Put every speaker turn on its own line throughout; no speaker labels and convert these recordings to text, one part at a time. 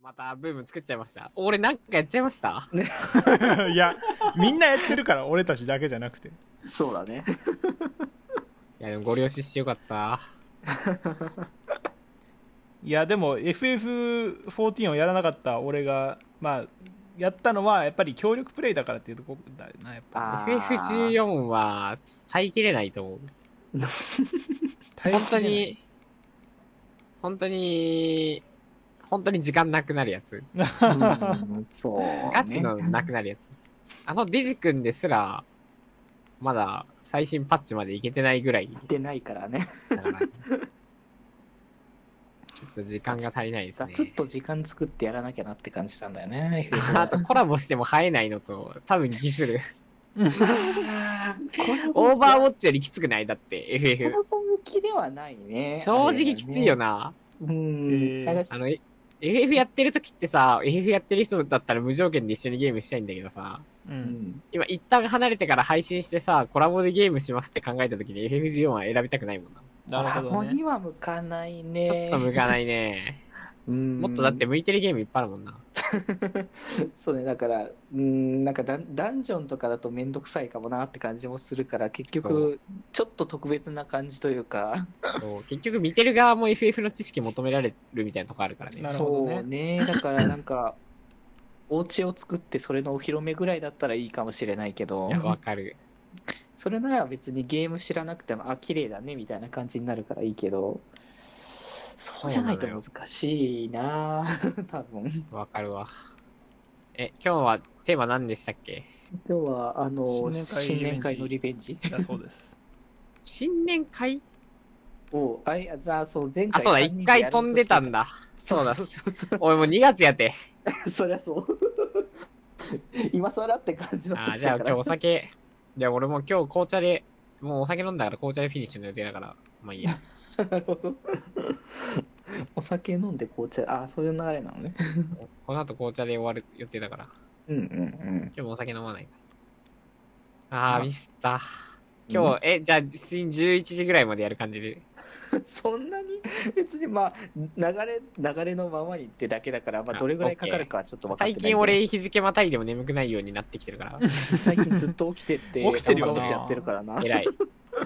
またブーム作っちゃいました。俺なんかやっちゃいました
いや、みんなやってるから、俺たちだけじゃなくて。
そうだね。
いや、でもご了承してよかった。
いや、でも FF14 をやらなかった俺が、まあ、やったのは、やっぱり協力プレイだからっていうとこだよな、やっぱ。
あー
FF14 は、ちょっと耐えきれないと思う。
耐え
本
き
当
れない
に、本当に、本当に時間なくなるやつ。
うんそう、ね。
ガチのなくなるやつ。あのデジ君ですら、まだ最新パッチまでいけてないぐらい
出ないからね。
だ から。ちょっと時間が足りないです
さ
ね
ちょっ。と時間作ってやらなきゃなって感じたんだよね。
あとコラボしても生えないのと、多分ギ スる。
あーこれ
オーバーウ
は
ォッチよりきつくないだって、
コラ
FF。
ボ向きではないね。
正直きついよ
ね。
な。
え
うん。
ー
なん
あ
か
の、え FF やってる時ってさ、FF やってる人だったら無条件で一緒にゲームしたいんだけどさ、
う。
うんん
今一旦離れてから配信してさ、コラボでゲームしますって考えた時に FF14 は選びたくないもんな。
なる
コ
ほど
ラボに
ね。
は向かないね。
ちょっと向かないね。
うん
もっとだって向いてるゲームいっぱいあるもんな。
そうね、だから、うん、なんかダンダンジョンとかだとめんどくさいかもなって感じもするから、結局、ちょっと特別な感じというか、
そう結局見てる側も FF の知識求められるみたいなとこあるからね。
なるほどね
そうね、だからなんか、 お家を作って、それのお披露目ぐらいだったらいいかもしれないけど
いや、、わかる。
それなら別にゲーム知らなくても、あ、綺麗だねみたいな感じになるからいいけど、そうじゃないと難しいな、 多分
わかるわ。え、今日はテーマ何でしたっけ
今日は、あの、
新
新
年
年
会
会のリベンジ
だそうです。
新年会
を、あいあそう前
あ、
回
そうだ、
三人
一
でや
回
ろうと
飛んでたんだ。そうだ
そうそうそ う
俺もう2月やて。
そりゃそう。 今更って感じの
あー
話
じゃあ
だ
今日
から。
お酒。じゃあ俺も今日紅茶で、もうお酒飲んだから紅茶でフィニッシュの予定だから、まあいいや。
なるほど。お酒飲んで紅茶、ああ、そういう流れなのね。
この後紅茶で終わる予定だから。
うんうんうん。
今日もお酒飲まないから。あー、ミスった。今
今
日、え、じゃあ、新11時ぐらいまでやる感じで。
日、 そんなに、別にまあ、流れ、流れのままにってだけだから、まあ、どれぐらいかかるかはちょっと分かっ
最
てない。
近、俺、日付またいでも眠くないようになってきてる から。
最近ずっと起きてって、
起きてるよな
頑張っちゃってるからな。
偉い。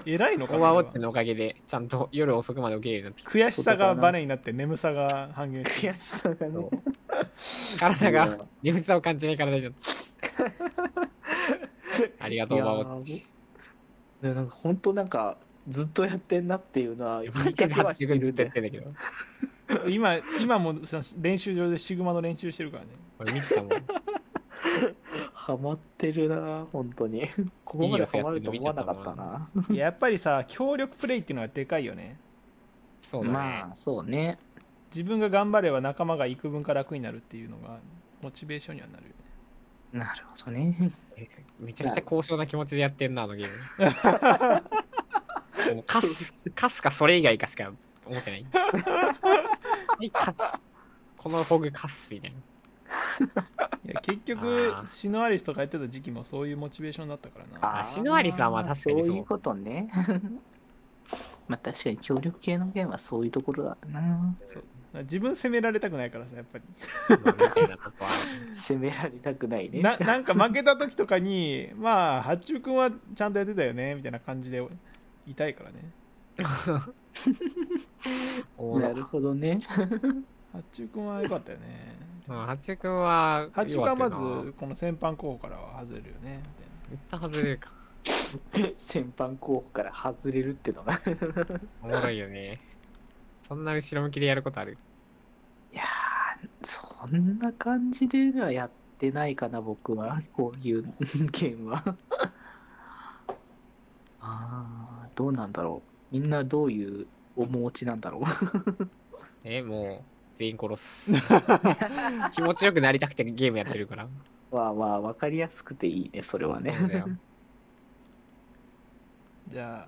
偉いの
オ
か
ー
それ
バーウ
は
ォッチのおかげで、ちゃんと夜遅くまで起きるようになってき
悔しさがバネになって眠さが半減して
悔
る
しさがね。
た。体が、眠さを感じない体にな った。ありがとう、オーバーウォッチ。
ねなんか本当なんか、ずっとやってんなっていうのは、
マジで
見かけは
8
して
分
る
ずっ
ん
とや
で
ってんだけど。
今今もその練習場でシグマの練習してるからね
俺見てたもん。
ハマってるな本当にここまでハマると思わなかったない
ややっぱりさ協力プレイっていうのがでかいよね
そうだね。
まあそうね
自分が頑張れば仲間が幾分か楽になるっていうのがモチベーションにはなるよね
なるほどね
めちゃくちゃ高尚な気持ちでやってんな、あのゲー ム。もうカス、カスかそれ以外かしか思 ってない。はいカス。このフォグカスみたいな。
いや結局
あー
シノアリスとかやってた時期もそういうモチベーションだったからな
あシノアリスはまあ確かにそう
そういうことね まあ確かに協力系のゲームはそういうところだな
自分責められたくないからさやっぱり
まあみたいなとこは
責められたくないね
ななんか負けた時とかにまあ八中君はちゃんとやってたよねみたいな感じでいたいからね
お
な
る。
るほどね
八中君は良かったよね
うん、ハチュウ君は、
八中君はま
良かったよな
ずこの先般候補からは外れるよねみたいな
言ったはずれるか。
先般候補から外れるってのが
おもろいよね。そんな後ろ向きでやることある。
いやーそんな感じではやってないかな僕はこういうゲームは ああどうなんだろうみんなどういうお持ちなんだろう
え、もう、全員殺 す。気持ちよくなりたくてゲームやってるから。
まあまあ分かりやすくていいねそれは
そうだ
ね
よ
じゃあ、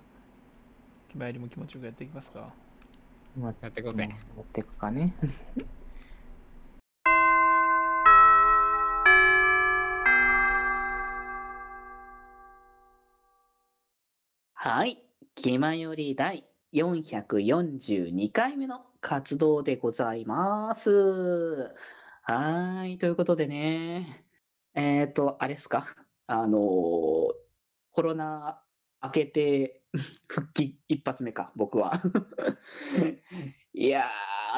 気前よりも気持ちよくやっていきますか。
まあ
やってこう
持
ぜ。
っていくかね はい気まより第442回目の活動でございますはーい、ということでね、えっ、と、あれですか、あのーコロナ明けて 復帰一発目か、僕は。いや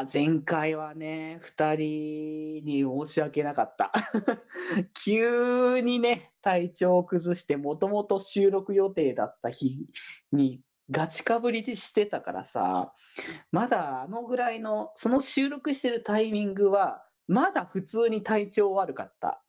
ー、前回はね、二人に申し訳なかった。 急にね、体調を崩して、もともと収録予定だった日に、ガチかぶりしてたからさ、まだあのぐらいの、その収録してるタイミングは、まだ普通に体調悪かった。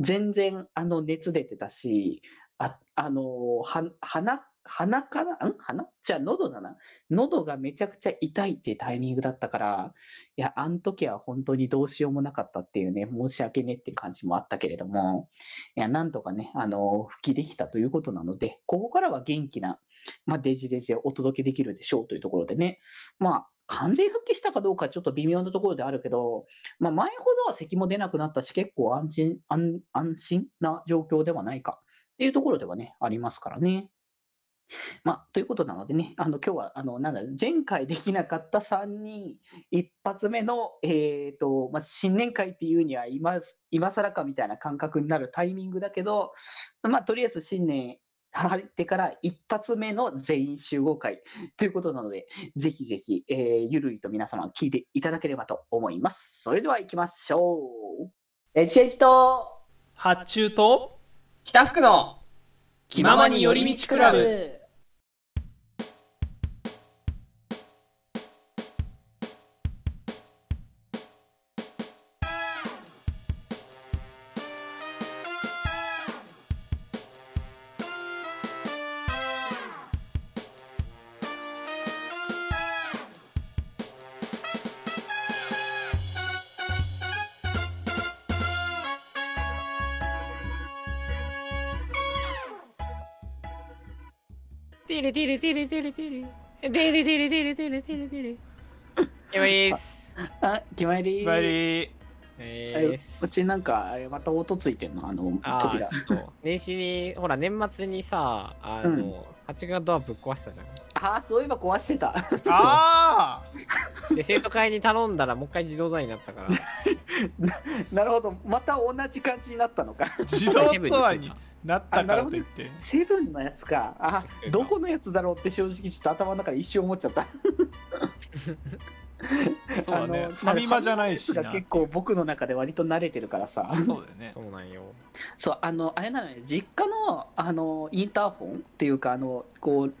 全然、あの、熱出てたし、あ、あのーは、鼻、鼻かなん鼻じゃあ喉だな。喉がめちゃくちゃ痛いっていうタイミングだったから、いや、あの時は本当にどうしようもなかったっていうね、申し訳ねって感じもあったけれども、いや、なんとかね、あのー復帰できたということなので、ここからは元気な、まあ、デジデジをお届けできるでしょうというところでね、まあ、完全復帰したかどうかはちょっと微妙なところであるけど、まあ、前ほどは咳も出なくなったし、結構安心、安安心な状況ではないかっていうところではね、ありますからね。まあ、ということなのでね、あの、今日は、あの、なんだ、前回できなかった3人、一発目の、えっ、と、まあ、新年会っていうには今、今更かみたいな感覚になるタイミングだけど、まあ、とりあえず新年入ってから一発目の全員集合会ということなので、ぜひぜひ、えーゆるいと皆様聞いていただければと思います。それでは行きましょう。レシエヒと、
発注と
北福の
気ままに寄り道クラブ
テレテレテレテレテレテレテレテレテレテレテレ
えばいいです。
あ、決まり。
つまり
え
え
ー
うちなんか、あれまた音ついてんのあの、
ああ、
扉
ち。ょっと、年始に、ほら、年末にさ、あの、八月ドアぶっ壊したじゃ
ああ、そういえば壊してた。
あ
ん。で、生徒会に頼んだら、もう一回自動ドアにな ったから、
なるほど。また同じ感じになったのか。
あ自動ドアになったからといって
セブンのやつか。あ、どこのやつだろうって正直ちょっと頭の中で一瞬思っちゃった。
そうだ
あ
ね
の
ファミマじゃないし
が
な
結構僕の中で割と慣れてるからさ。
そうだよね
そうなんよ。
そう、あの、あれなのよ、実家の、あの、インターホンっていうか、あの、こう、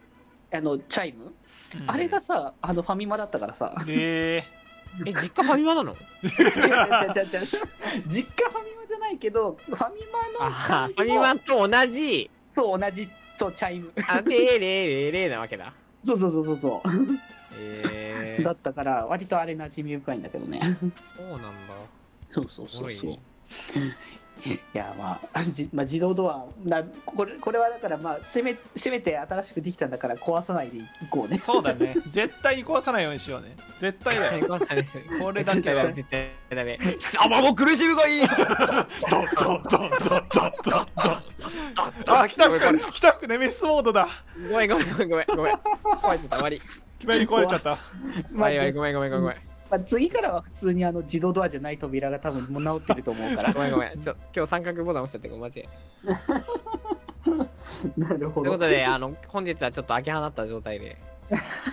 あの、チャイム、
うん
あれがさ、あの、ファミマだったからさ。
え
え、実家ファミマなの
違う違う違う違う実家ファミマじゃないけど、ファミ
あ
マの
あ、
感
フ
じ
ァ
も
ミマと同じ、
そう、同じ、そう、チャイム。
あ、でーれーれーれーなわけだ。
そうそうそうそうそ
えー
う。だ、ったから、割とあれ馴染み深いんだけど ね。
そうなんだ。
そうそう
お
そ
もろ
う
い
そう。
ね
いや、まあ、あじ まあ、自動ドアなこれ、これはだから、まあ、せめ、せめて新しくできたんだから壊さないでいこうね。
そうだね絶対に壊さないようにしようね絶対だよ
最高さです。こ
これだけは
絶対ダメ。貴様も苦しみがいい
ドンドンドンドンドンドンドンあ北福北福ネメシスモードだ
ごめんごめんごめんごめんごめん。壊れ ちゃった、終わり。
決まり壊れちゃった
ま
わ
あ、
いわい、ごめんごめんごめんごめん。
まあ、次からは普通にあの自動ドアじゃない扉が多分もう直ってると思うから
ご。めんごめん。ちょ、今日三角ボタン押しちゃって、ごめん、マジで。
なるほ
ということで、あの、本日はちょっと開け放った状態 で、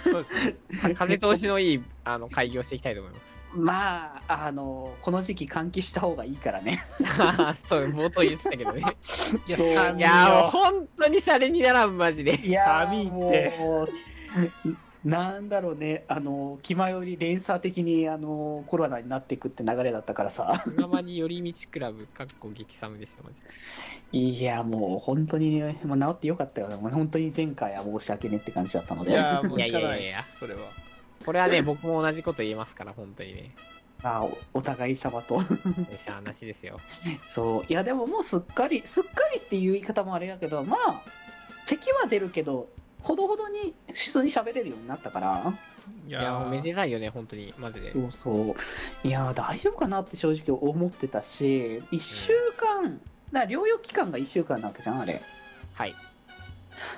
そうですね
か風通しのいい、あの、開業していきたいと思います。
まあ、あの、この時期換気した方がいいからね。
あー そう、冒頭言ってたけど ね。
いや
そう
寒
い
いよ
やー、もう本当にシャレにならん、マジで。
い
寒いって
もう、なんだろうね、あの、気前より連鎖的にあのコロナになっていくって流れだったからさ。
今まに寄り道クラブ、かっこ激寒でした、マジで。
いや、もう本当にね、もう治ってよかったよね。もう本当に前回は申し訳ねって感じだったの
い
で。
やもう
いやい
仕
やい
方
や
ない
い
で
や
すそれは
これはね、僕も同じこと言えますから、本当にね。
まあお、お互い様と。
しゃあなしですよ。
そう。いや、でももうすっかり、すっかりっていう言い方もあれだけど、まあ、咳は出るけど、ほどほどに普通に喋れるようになったから、
い
いやー、おめ
ー
でたいよね、本当に、マジで。
そうそう。いや、大丈夫かなって正直思ってたし、1週間、だから療養期間が1週間なわけじゃん、あれ。
はい。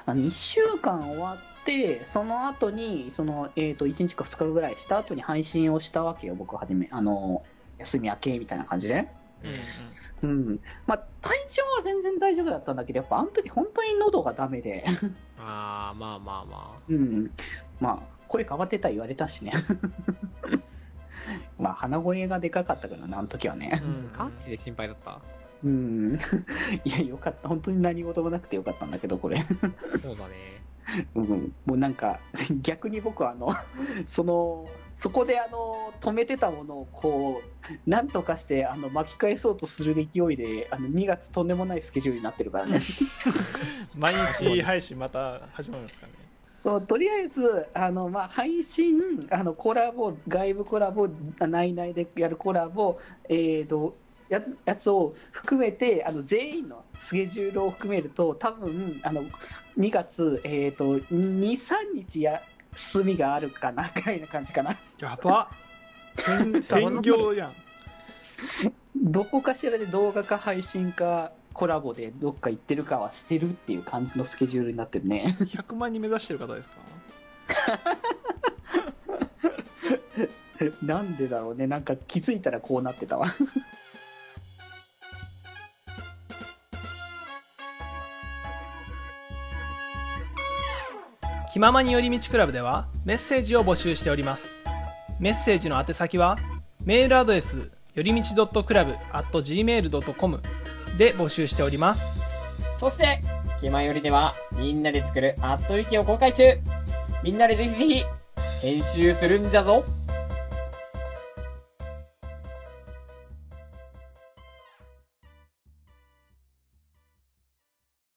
あの1週間終わって、その後に、その、えっ、と、1日か2日ぐらいした後に配信をしたわけよ、僕はじめ。あの、休み明けみたいな感じで。
うん
うん。まあ、体調は全然大丈夫だったんだけど、やっぱあの時本当に喉がダメで、
あー、まあまあまあ。
うん。まあ、声変わってた言われたしね。 まあ、鼻声がでかかったからな、あの時はね。
うん
ガチで心配だった。
うん。 いや、よかった。本当に何事もなくてよかったんだけど、これ。
そうだね。
うん、もうなんか逆に僕はあの そのそこであの止めてたものをこうなんとかしてあの巻き返そうとする勢いであの2月とんでもないスケジュールになってるからね
毎日配信また始まるんですかね
そうとりあえずあの、まあ、配信あのコラボ外部コラボ内々でやるコラボ、えー、とややつを含めてあの全員のスケジュールを含めると多分あの2月、えー、と23日や休みがあるかなぐらいな感じかな。
やば専専業やん
どこかしらで動画か配信かコラボでどっか行ってるかはしてるっていう感じのスケジュールになってるね。
100万人目指してる方ですか
なんでだろうね。なんか気づいたらこうなってたわ。
気ままに寄り道クラブではメッセージを募集しておりますメッセージの宛先はメールアドレスよりみち .club.gmail.com で募集しております
そして、気まよりでは、みんなで作るアットウィキを公開中みんなでぜひぜひ、編集するんじゃぞ